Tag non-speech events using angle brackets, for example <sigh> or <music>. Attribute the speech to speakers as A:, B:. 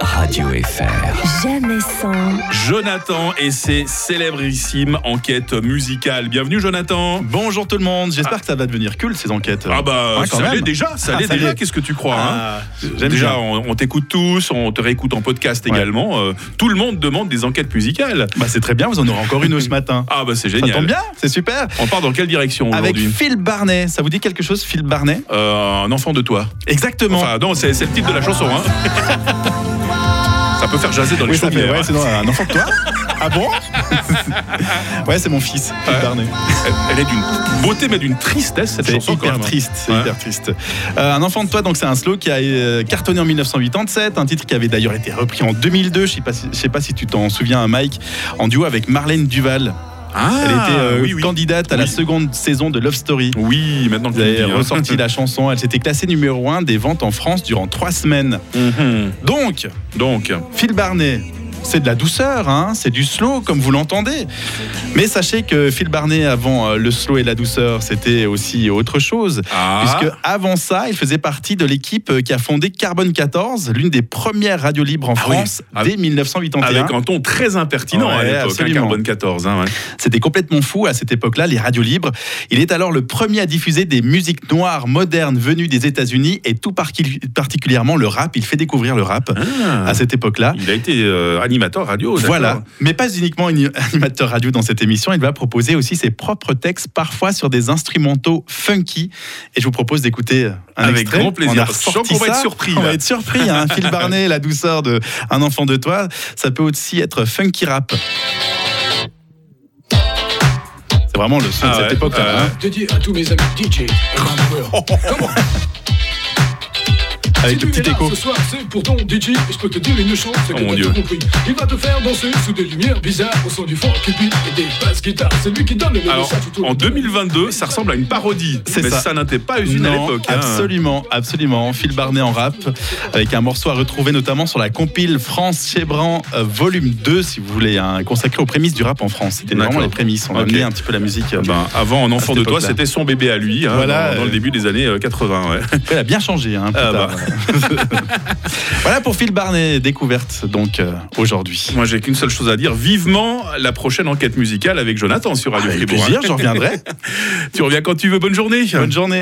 A: Radio FR.
B: Jamais sans,
C: Jonathan et ses célébrissimes enquêtes musicales. Bienvenue Jonathan
D: Bonjour tout le monde, j'espère que ça va devenir culte ces enquêtes.
C: Ah bah
D: Ah, quand
C: ça l'est
D: même.
C: déjà, ça
D: Ah,
C: l'est
D: ça
C: déjà,
D: l'est.
C: qu'est-ce que tu crois hein
D: Ah, j'aime
C: Déjà
D: bien.
C: on, on t'écoute tous, on te réécoute en podcast
D: Ouais.
C: également. Euh, tout le monde demande des enquêtes musicales.
D: Bah, c'est très bien, vous en aurez encore
C: <laughs>
D: une ce matin.
C: Ah bah c'est
D: Ça
C: génial.
D: tombe bien, c'est super.
C: On part dans quelle direction
D: Avec
C: aujourd'hui
D: Phil Barnet, ça vous dit quelque chose Phil Barnet
C: Euh, Un enfant de toi.
D: Exactement.
C: Enfin non, c'est c'est le titre de la chanson. Hein. ça peut faire jaser dans les
D: oui, ça fait,
C: chaumières.
D: ouais, c'est dans un enfant que toi. ah bon
C: <laughs>
D: Ouais, c'est mon fils, Phil
C: Ouais.
D: Barnet.
C: Elle- Elle est d'une beauté mais d'une tristesse cette
D: C'est
C: chanson quand
D: hyper
C: même. hein.
D: triste, c'est
C: Ouais.
D: hyper triste. Euh, un enfant de toi, donc c'est un slow qui a euh, cartonné en 1987, un titre qui avait d'ailleurs été repris en 2002. Je sais pas, si- je sais pas si tu t'en souviens, Mike, en duo avec Marlène Duval.
C: Ah,
D: Elle était euh,
C: oui, oui.
D: candidate à la
C: Oui.
D: seconde saison de Love Story.
C: Oui, maintenant que
D: Vous
C: tu le
D: avez
C: dis, hein. <laughs>
D: ressorti la chanson. Elle s'était classée numéro 1 des ventes en France durant trois semaines.
C: Mhm.
D: Donc,
C: Donc,
D: Phil Barnet, c'est de la douceur, hein, c'est du slow comme vous l'entendez. Mais sachez que Phil Barnet, avant euh, le slow et la douceur, c'était aussi autre chose.
C: ah,
D: Puisque avant ça, il faisait partie de l'équipe euh, qui a fondé Carbone 14, l'une des premières radios libres en
C: Ah oui.
D: France
C: Avec-
D: dès 1981.
C: avec un ton très impertinent à
D: Ouais,
C: l'époque, hein,
D: absolument.
C: Carbone 14. hein, ouais.
D: C'était complètement fou à cette époque-là, les radios libres. Il est alors le premier à diffuser des musiques noires modernes venues des États-Unis et tout parqui- particulièrement le rap. Il fait découvrir le rap
C: Ah,
D: à cette époque-là.
C: il a été euh, animateur radio. d'accord.
D: Voilà, mais pas uniquement une- animateur radio dans cette émission, il va proposer aussi ses propres textes, parfois sur des instrumentaux funky. Et je vous propose d'écouter un
C: Avec
D: extrait.
C: grand plaisir.
D: On a
C: Je sens
D: ressorti
C: qu'on va être
D: ça.
C: surpris,
D: On
C: là.
D: va être surpris. Hein.
C: <laughs>
D: Phil Barnet, la douceur de un enfant de toi, ça peut aussi être funky rap. C'est vraiment le son
C: Ah
D: de cette
C: ouais,
D: époque-là.
C: euh,
D: hein.
E: Dédié à tous mes amis DJ, rappeurs.
C: Oh,
D: Avec
E: si
D: le
E: tu
D: petit
E: es là
D: écho.
E: Ce soir, c'est pour ton DJ. Et je peux te dire une chose, c'est
C: Oh
E: que
C: mon
E: t'as
C: Dieu.
E: tout compris. Il va te faire danser sous des lumières bizarres au son du fort cupid et des basses guitares. C'est lui qui donne le
C: Alors,
E: message autour
C: en
E: de toi.
C: 2022, ça ressemble à une parodie.
D: C'est
C: mais ça,
D: ça.
C: n'était pas usine à
D: Non,
C: l'époque. hein.
D: absolument, absolument. Phil Barnet en rap, avec un morceau à retrouver notamment sur la compile France Chebran euh, Volume 2, si vous voulez, hein, consacré aux prémices du rap en France. C'était
C: D'accord.
D: vraiment les prémices. On a
C: Ok.
D: amené un petit peu la musique. euh,
C: Ben, avant, un enfant
D: À cette
C: de toi,
D: époque-là.
C: c'était son bébé à lui, hein,
D: Voilà,
C: dans, dans
D: euh.
C: le début des années euh, 80. ouais. <laughs>
D: Elle a bien changé. hein, plus
C: Ah
D: tard. <laughs> voilà pour Phil Barnet, découverte donc euh, aujourd'hui.
C: Moi, j'ai qu'une seule chose à dire. Vivement la prochaine enquête musicale avec Jonathan sur Radio
D: Ah, Avec
C: Fribourg. <laughs>
D: plaisir, j'en reviendrai.
C: Tu reviens quand tu veux. Bonne journée.
D: Bonne journée.